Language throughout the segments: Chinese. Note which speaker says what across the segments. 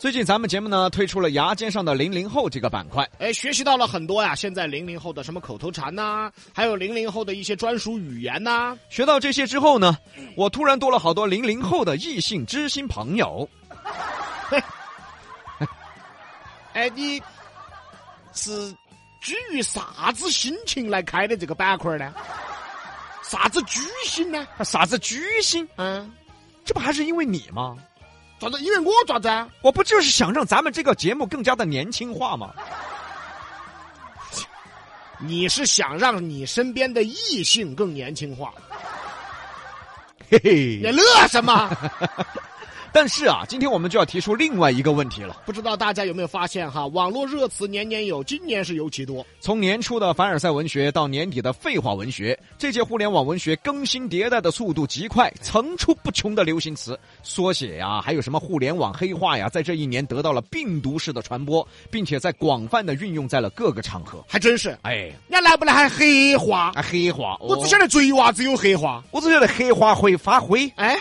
Speaker 1: 最近咱们节目呢推出了牙尖上的零零后这个板块，
Speaker 2: 哎，学习到了很多呀！现在零零后的什么口头禅呐、还有零零后的一些专属语言呐、
Speaker 1: 学到这些之后呢，我突然多了好多零零后的异性知心朋友。
Speaker 2: 哎，你是基于啥子心情来开的这个板块呢？啥子居心呢？
Speaker 1: 啥子居心？
Speaker 2: 嗯，
Speaker 1: 这不还是因为你吗？
Speaker 2: 咋子？因为我咋子？啊？
Speaker 1: 我不就是想让咱们这个节目更加的年轻化吗？
Speaker 2: 你是想让你身边的异性更年轻化？
Speaker 1: 嘿
Speaker 2: 你
Speaker 1: 嘿。
Speaker 2: 乐什么？
Speaker 1: 但是啊，今天我们就要提出另外一个问题了。
Speaker 2: 不知道大家有没有发现哈？网络热词年年有，今年是尤其多。
Speaker 1: 从年初的凡尔赛文学到年底的废话文学，这届互联网文学更新迭代的速度极快，层出不穷的流行词、缩写呀、还有什么互联网黑话呀，在这一年得到了病毒式的传播，并且在广泛的运用在了各个场合。
Speaker 2: 还真是，
Speaker 1: 哎，
Speaker 2: 人家来不来还黑话？
Speaker 1: 啊，黑话，
Speaker 2: 我只晓得贼娃子有黑话。
Speaker 1: 我只晓得黑话会发挥
Speaker 2: 哎，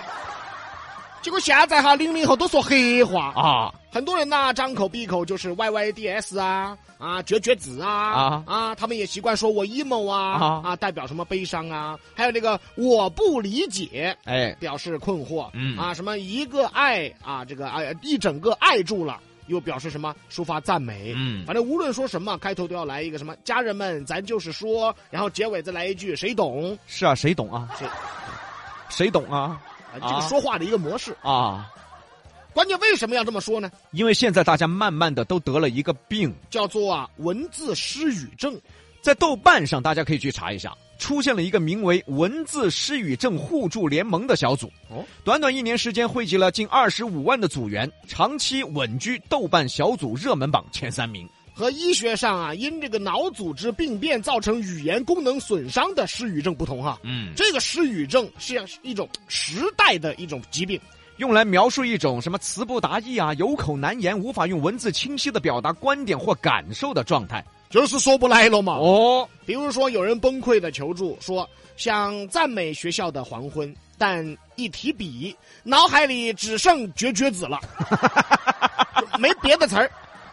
Speaker 2: 结果现在哈，零零后都说黑话，
Speaker 1: 啊，
Speaker 2: 很多人呐张口闭口就是 YYDS 啊啊绝绝子啊
Speaker 1: 啊
Speaker 2: 他们也习惯说我 emo 啊
Speaker 1: 啊
Speaker 2: 代表什么悲伤啊，还有那个我不理解。
Speaker 1: 哎，
Speaker 2: 表示困惑，
Speaker 1: 嗯
Speaker 2: 啊，什么一个爱啊，这个哎一整个爱住了，又表示什么抒发赞美，
Speaker 1: 嗯
Speaker 2: 反正无论说什么，开头都要来一个什么家人们，咱就是说，然后结尾再来一句谁懂，
Speaker 1: 是啊，谁懂啊？
Speaker 2: 谁
Speaker 1: 谁懂啊？
Speaker 2: 啊这个
Speaker 1: 啊
Speaker 2: 说话的一个模式。
Speaker 1: 啊，
Speaker 2: 关键为什么要这么说呢？
Speaker 1: 因为现在大家慢慢的都得了一个病。
Speaker 2: 叫做啊文字失语症。
Speaker 1: 在豆瓣上，大家可以去查一下，出现了一个名为“文字失语症互助联盟”的小组。
Speaker 2: 哦
Speaker 1: 哦，短短一年时间，汇集了近二十五万的组员，长期稳居豆瓣小组热门榜前三名。
Speaker 2: 和医学上啊，因这个脑组织病变造成语言功能损伤的失语症不同哈，
Speaker 1: 嗯，
Speaker 2: 这个失语症是一种时代的一种疾病。
Speaker 1: 用来描述一种什么词不达意啊、有口难言、无法用文字清晰的表达观点或感受的状态。
Speaker 2: 就是说不来了嘛
Speaker 1: 哦，
Speaker 2: 比如说，有人崩溃的求助说想赞美学校的黄昏，但一提笔，脑海里只剩绝绝 子了，就没别的词儿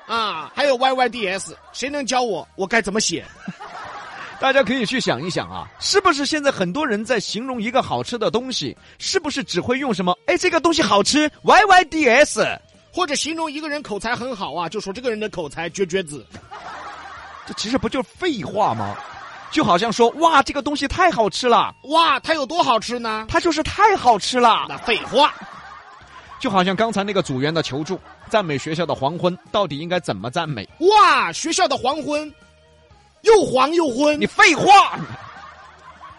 Speaker 2: 啊。还有 YYDS，谁能教我我该怎么写？
Speaker 1: 大家可以去想一想啊，是不是现在很多人在形容一个好吃的东西，是不是只会用什么？哎，这个东西好吃，Y Y D S。
Speaker 2: 或者形容一个人口才很好啊，就说这个人的口才绝绝子。
Speaker 1: 这其实不就是废话吗？就好像说，哇，这个东西太好吃了，
Speaker 2: 哇，它有多好吃呢？
Speaker 1: 它就是太好吃了。
Speaker 2: 那废话，
Speaker 1: 就好像刚才那个组员的求助，赞美学校的黄昏到底应该怎么赞美？
Speaker 2: 哇，学校的黄昏，又黄又昏
Speaker 1: 你，废话！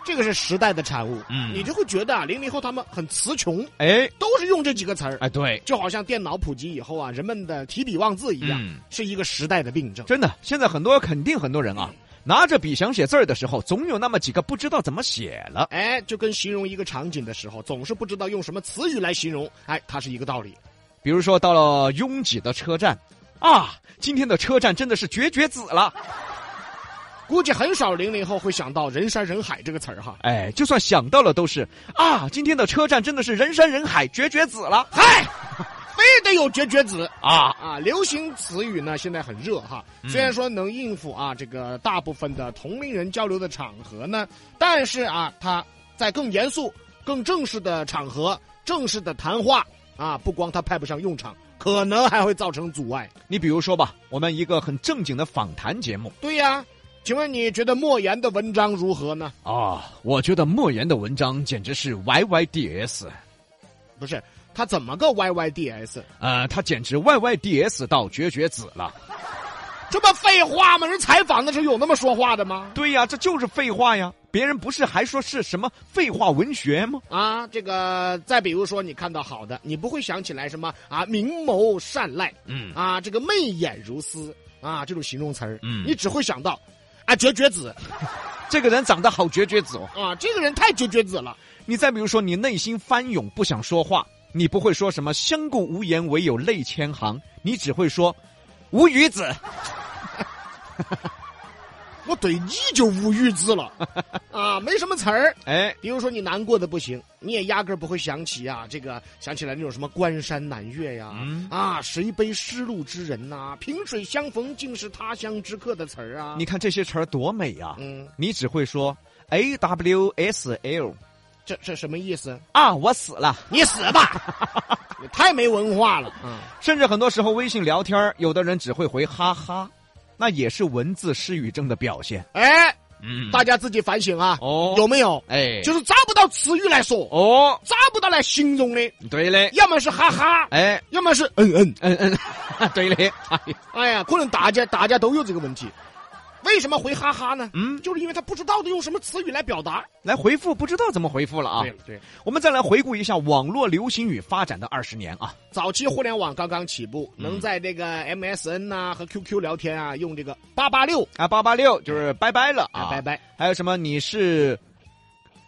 Speaker 2: 这个是时代的产物。
Speaker 1: 嗯
Speaker 2: 你就会觉得啊，零零后他们很词穷，
Speaker 1: 哎
Speaker 2: 都是用这几个词儿，
Speaker 1: 哎，对，
Speaker 2: 就好像电脑普及以后啊，人们的提笔忘字一样，
Speaker 1: 嗯
Speaker 2: 是一个时代的病症。
Speaker 1: 真的，现在很多肯定很多人啊，拿着笔想写字儿的时候，总有那么几个不知道怎么写了。
Speaker 2: 哎，就跟形容一个场景的时候，总是不知道用什么词语来形容，哎，它是一个道理。
Speaker 1: 比如说到了拥挤的车站，啊，今天的车站真的是绝绝子了。
Speaker 2: 估计很少零零后会想到“人山人海”这个词儿哈。
Speaker 1: 哎，就算想到了都是啊，今天的车站真的是人山人海，绝绝子了
Speaker 2: 嗨，哎非得有绝绝子
Speaker 1: 啊。
Speaker 2: 啊！流行词语呢，现在很热哈。虽然说能应付啊这个大部分的同龄人交流的场合呢，但是啊，它在更严肃、更正式的场合、正式的谈话啊，不光它派不上用场，可能还会造成阻碍。
Speaker 1: 你比如说吧，我们一个很正经的访谈节目
Speaker 2: 对呀、请问你觉得莫言的文章如何呢？
Speaker 1: 啊、我觉得莫言的文章简直是 YYDS，
Speaker 2: 不是，他怎么个 YYDS？
Speaker 1: 呃，他简直 YYDS 到绝绝子了。
Speaker 2: 这不废话吗？人采访的时候有那么说话的吗？
Speaker 1: 对呀，这就是废话呀！别人不是还说是什么废话文学吗？
Speaker 2: 啊，这个再比如说，你看到好的，你不会想起来什么啊，明眸善睐，
Speaker 1: 嗯
Speaker 2: 啊，这个媚眼如丝啊，这种形容词儿，
Speaker 1: 嗯
Speaker 2: 你只会想到啊，绝绝子
Speaker 1: 这个人长得好绝绝子哦。
Speaker 2: 啊，这个人太绝绝子了。
Speaker 1: 你再比如说，你内心翻涌不想说话，你不会说什么“相顾无言，唯有泪千行”，你只会说“无语子
Speaker 2: 我对你就无语之了 啊，没什么词儿。
Speaker 1: 哎，
Speaker 2: 比如说你难过的不行，你也压根儿不会想起啊，这个想起来那种什么关山难越呀、
Speaker 1: 嗯
Speaker 2: 啊，谁悲失路之人呐、萍水相逢竟是他乡之客的词儿啊。
Speaker 1: 你看这些词儿多美呀、
Speaker 2: 嗯，
Speaker 1: 你只会说 A W S L
Speaker 2: 这这什么意思？
Speaker 1: 啊，我死了。
Speaker 2: 你死 吧，你太没文化了啊！
Speaker 1: 甚至很多时候微信聊天儿，有的人只会回哈哈，那也是文字失语症的表现。
Speaker 2: 哎，
Speaker 1: 嗯
Speaker 2: 大家自己反省啊，
Speaker 1: 哦
Speaker 2: 有没有？
Speaker 1: 哎，
Speaker 2: 就是找不到词语来说，
Speaker 1: 哦，
Speaker 2: 找不到来形容的，
Speaker 1: 对嘞，
Speaker 2: 要么是哈哈，
Speaker 1: 哎，
Speaker 2: 要么是嗯嗯。
Speaker 1: 嗯嗯， 对嘞，哎呀
Speaker 2: 哎呀，可能大家大家都有这个问题，为什么会哈哈呢？
Speaker 1: 嗯，
Speaker 2: 就是因为他不知道的用什么词语来表达。
Speaker 1: 来回复不知道怎么回复了啊。
Speaker 2: 对对，
Speaker 1: 我们再来回顾一下网络流行语发展的二十年啊。
Speaker 2: 早期互联网刚刚起步，
Speaker 1: 嗯
Speaker 2: 能在这个 MSN 呐、和 QQ 聊天啊，用这个八八六
Speaker 1: 啊，八八六就是拜拜了啊，
Speaker 2: 拜。拜。
Speaker 1: 还有什么？你是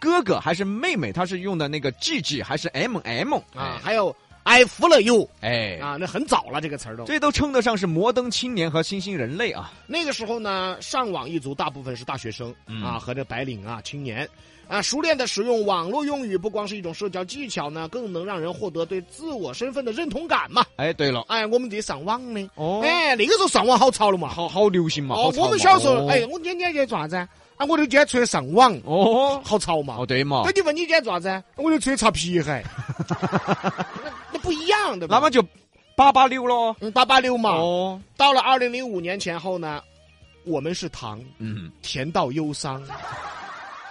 Speaker 1: 哥哥还是妹妹？他是用的那个 G G 还是 M M
Speaker 2: 啊，？还有挨服了又
Speaker 1: 哎，
Speaker 2: 啊，那很早了这个词儿都。
Speaker 1: 这都称得上是摩登青年和新兴人类啊。
Speaker 2: 那个时候呢，上网一族大部分是大学生、
Speaker 1: 嗯
Speaker 2: 啊和这白领啊青年啊，熟练的使用网络用语，不光是一种社交技巧呢，更能让人获得对自我身份的认同感嘛。
Speaker 1: 哎，对了，
Speaker 2: 哎，我们得上网呢。
Speaker 1: 哦
Speaker 2: 哎，那个时候上网好潮了嘛。
Speaker 1: 好好流行嘛。
Speaker 2: 哦
Speaker 1: 好，潮
Speaker 2: 我们
Speaker 1: 嘛
Speaker 2: 小时候，
Speaker 1: 哦
Speaker 2: 哎，我今天去做啥子？啊，我就今天出去上网，
Speaker 1: 哦
Speaker 2: 好潮嘛
Speaker 1: 哦。对嘛
Speaker 2: 那，你问你今天做啥子啊？我就出去擦 皮鞋。那那不一样的嘛。
Speaker 1: 那么就八八六喽。
Speaker 2: 嗯，八八六嘛。
Speaker 1: 哦，
Speaker 2: 到了二零零五年前后呢，我们是糖，
Speaker 1: 嗯，
Speaker 2: 甜到忧伤。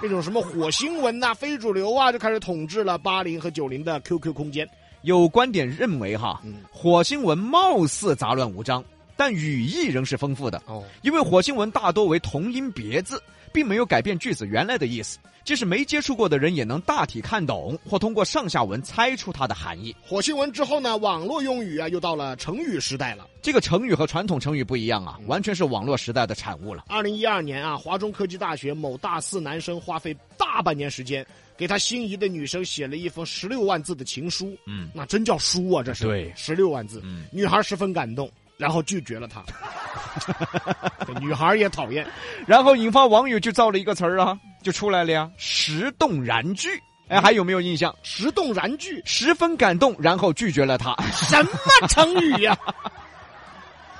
Speaker 2: 那种什么火星文呐、非主流啊，就开始统治了八零和九零的 QQ 空间。
Speaker 1: 有观点认为哈，
Speaker 2: 嗯，
Speaker 1: 火星文貌似杂乱无章，但语义仍是丰富的。
Speaker 2: 哦，
Speaker 1: 因为火星文大多为同音别字，并没有改变句子原来的意思，即使没接触过的人也能大体看懂，或通过上下文猜出它的含义。
Speaker 2: 火星文之后呢，网络用语啊，又到了成语时代了。
Speaker 1: 这个成语和传统成语不一样啊，完全是网络时代的产物了。
Speaker 2: 二零一二年啊，华中科技大学某大四男生花费大半年时间，给他心仪的女生写了一封十六万字的情书，
Speaker 1: 嗯，
Speaker 2: 那真叫书啊，这是
Speaker 1: 对
Speaker 2: 十六万字。
Speaker 1: 嗯
Speaker 2: 女孩十分感动，然后拒绝了他。 这女孩也讨厌，
Speaker 1: 然后引发网友就造了一个词儿啊，就出来了呀，石动燃拒。哎，还有没有印象？
Speaker 2: 石动燃拒，
Speaker 1: 十分感动，然后拒绝了他。
Speaker 2: 什么成语 呀、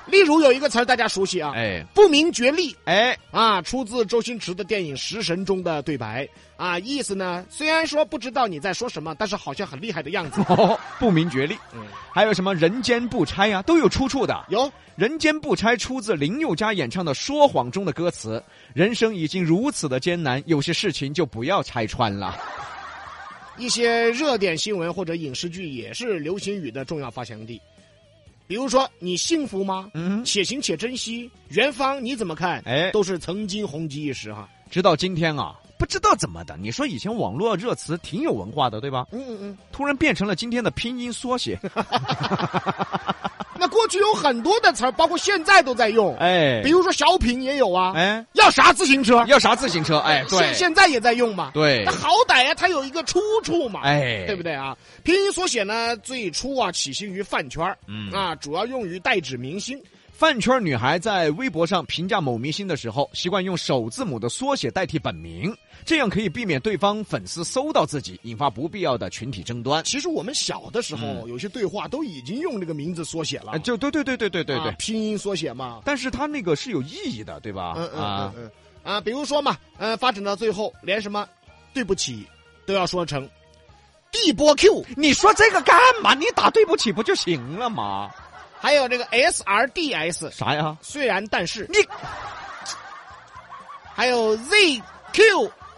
Speaker 2: 例如有一个词儿大家熟悉啊，
Speaker 1: 哎
Speaker 2: 不明觉厉。
Speaker 1: 哎，
Speaker 2: 啊，出自周星驰的电影《食神》中的对白啊，意思呢，虽然说不知道你在说什么，但是好像很厉害的样子。
Speaker 1: 哦，不明觉厉。
Speaker 2: 嗯，
Speaker 1: 还有什么人间不拆呀、啊，都有出处的。
Speaker 2: 有
Speaker 1: 人间不拆出自林宥嘉演唱的《说谎》中的歌词：“人生已经如此的艰难，有些事情就不要拆穿了。
Speaker 2: 一些热点新闻或者影视剧也是流行语的重要发祥地，比如说“你幸福吗”“
Speaker 1: 嗯
Speaker 2: 且行且珍惜”“元芳你怎么看”，
Speaker 1: 哎
Speaker 2: 都是曾经红极一时哈。”
Speaker 1: 直到今天啊，不知道怎么的，你说以前网络热词挺有文化的，对吧？
Speaker 2: 嗯嗯嗯。
Speaker 1: 突然变成了今天的拼音缩写。
Speaker 2: 那过去有很多的词儿，包括现在都在用，
Speaker 1: 哎
Speaker 2: 比如说小品也有啊，
Speaker 1: 哎，
Speaker 2: 要啥自行车？
Speaker 1: 要啥自行车？哎，对
Speaker 2: 现现在也在用嘛。
Speaker 1: 对
Speaker 2: 那，好歹呀、它有一个出处嘛。
Speaker 1: 哎，
Speaker 2: 对不？对啊？拼音缩写呢，最初啊起兴于饭圈儿
Speaker 1: 嗯
Speaker 2: 啊，主要用于代指明星。
Speaker 1: 饭圈女孩在微博上评价某明星的时候，习惯用首字母的缩写代替本名，这样可以避免对方粉丝搜到自己，引发不必要的群体争端。
Speaker 2: 其实我们小的时候，有些对话都已经用这个名字缩写了，
Speaker 1: 嗯哎，就对对对对对对对
Speaker 2: 啊，拼音缩写嘛。
Speaker 1: 但是它那个是有意义的，对吧？
Speaker 2: 嗯嗯嗯
Speaker 1: 啊，
Speaker 2: 嗯啊，比如说嘛，呃，发展到最后，连什么对不起都要说成地波 Q，
Speaker 1: 你说这个干嘛？你打对不起不就行了吗？
Speaker 2: 还有这个 SRDS，
Speaker 1: 啥呀？
Speaker 2: 虽然但是
Speaker 1: 你
Speaker 2: 还有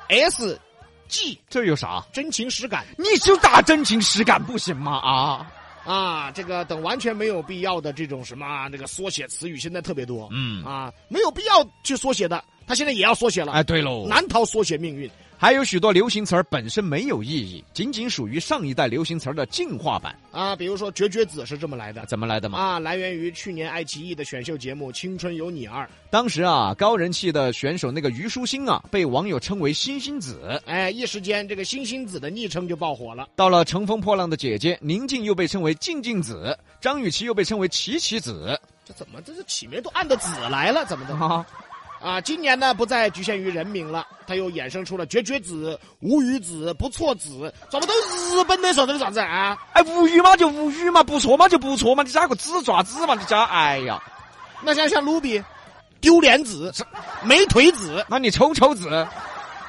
Speaker 2: ZQSG，
Speaker 1: 这有啥？
Speaker 2: 真情实感。
Speaker 1: 你就打真情实感不行吗？啊，
Speaker 2: 啊，这个等完全没有必要的这种什么啊那个缩写词语，现在特别多。
Speaker 1: 嗯
Speaker 2: 啊，没有必要去缩写的，他现在也要缩写了，
Speaker 1: 哎，对喽，
Speaker 2: 难逃缩写命运。
Speaker 1: 还有许多流行词儿本身没有意义，仅仅属于上一代流行词儿的进化版，
Speaker 2: 啊，比如说“绝绝子”是这么来的。
Speaker 1: 怎么来的嘛？
Speaker 2: 啊，来源于去年爱奇艺的选秀节目《青春有你二》，
Speaker 1: 当时啊，高人气的选手那个虞书欣啊，被网友称为“星星子
Speaker 2: 哎，一时间这个星星子的昵称就爆火了”。。
Speaker 1: 到了《乘风破浪的姐姐》，宁静又被称为“静静子”，张雨绮又被称为“琪琪子
Speaker 2: 这怎么这这起名都按着子来了？怎么”的？
Speaker 1: 啊。
Speaker 2: 啊，今年呢不再局限于人名了，它又衍生出了绝绝子、无语子、不错子，怎么都日本的说的啥子啊？
Speaker 1: 哎，无语嘛就无语嘛，不错嘛就不错嘛，你加个子爪子嘛，你加，哎呀，
Speaker 2: 那像像卢比，丢脸子、没腿子、
Speaker 1: 那你丑丑子，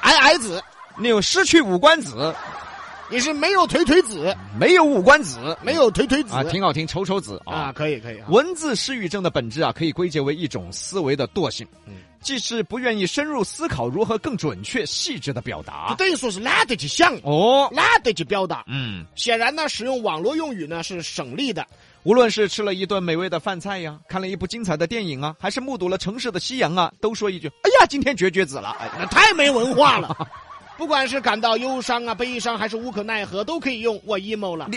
Speaker 2: 矮矮子，
Speaker 1: 你有失去五官子，
Speaker 2: 你是没有腿腿子，
Speaker 1: 没有五官子
Speaker 2: 没有腿腿子
Speaker 1: 啊，挺好听，丑丑子啊
Speaker 2: 啊，可以可以啊，
Speaker 1: 文字失语症的本质啊，可以归结为一种思维的惰性，
Speaker 2: 嗯
Speaker 1: 即是不愿意深入思考如何更准确、细致的表
Speaker 2: 就
Speaker 1: 达。
Speaker 2: 等于说是懒得去想，
Speaker 1: 哦，
Speaker 2: 懒得去表达。
Speaker 1: 嗯，
Speaker 2: 显然呢，使用网络用语呢是省力的。
Speaker 1: 无论是吃了一顿美味的饭菜呀，看了一部精彩的电影啊，还是目睹了城市的夕阳啊，都说一句：“哎呀，今天绝绝子了。”哎，
Speaker 2: 那太没文化了。不管是感到忧伤啊、悲伤，还是无可奈何，都可以用我 emo 了。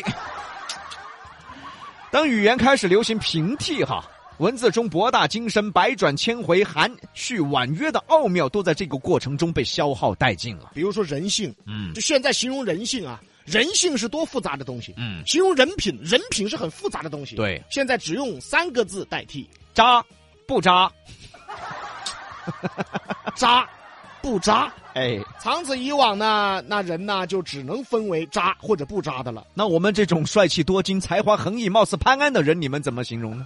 Speaker 1: 当语言开始流行平替哈，文字中博大精深、百转千回、含蓄婉约的奥妙，都在这个过程中被消耗殆尽了。
Speaker 2: 比如说人性，
Speaker 1: 嗯
Speaker 2: 就现在形容人性啊，人性是多复杂的东西。
Speaker 1: 嗯，
Speaker 2: 形容人品，人品是很复杂的东西。
Speaker 1: 对
Speaker 2: 现在只用三个字代替：
Speaker 1: 渣不渣？
Speaker 2: 渣，不渣。
Speaker 1: 哎，
Speaker 2: 长此以往呢，那人呢就只能分为渣或者不渣的了。
Speaker 1: 那我们这种帅气多金、才华横溢、貌似潘安的人，你们怎么形容呢？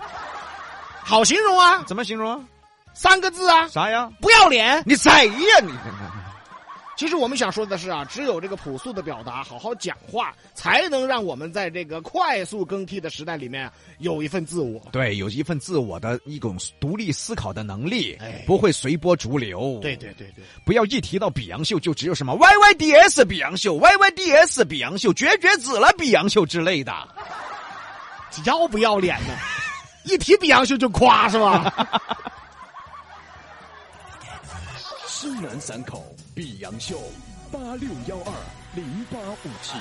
Speaker 2: 好形容啊，
Speaker 1: 怎么形容啊？
Speaker 2: 三个字啊，
Speaker 1: 啥呀？
Speaker 2: 不要脸。
Speaker 1: 你谁呀你？
Speaker 2: 其实我们想说的是啊，只有这个朴素的表达，好好讲话，才能让我们在这个快速更替的时代里面啊有一份自我。
Speaker 1: 对，有一份自我的一种独立思考的能力，
Speaker 2: 哎
Speaker 1: 不会随波逐流。
Speaker 2: 对对对对，
Speaker 1: 不要一提到比洋秀就只有什么 YYDS 比洋秀、YYDS 比洋秀、绝绝子了比洋秀之类的。
Speaker 2: 要不要脸呢？ 一提比洋秀就夸是吧？
Speaker 3: 西南散口碧阳秀，八六幺二零八五七。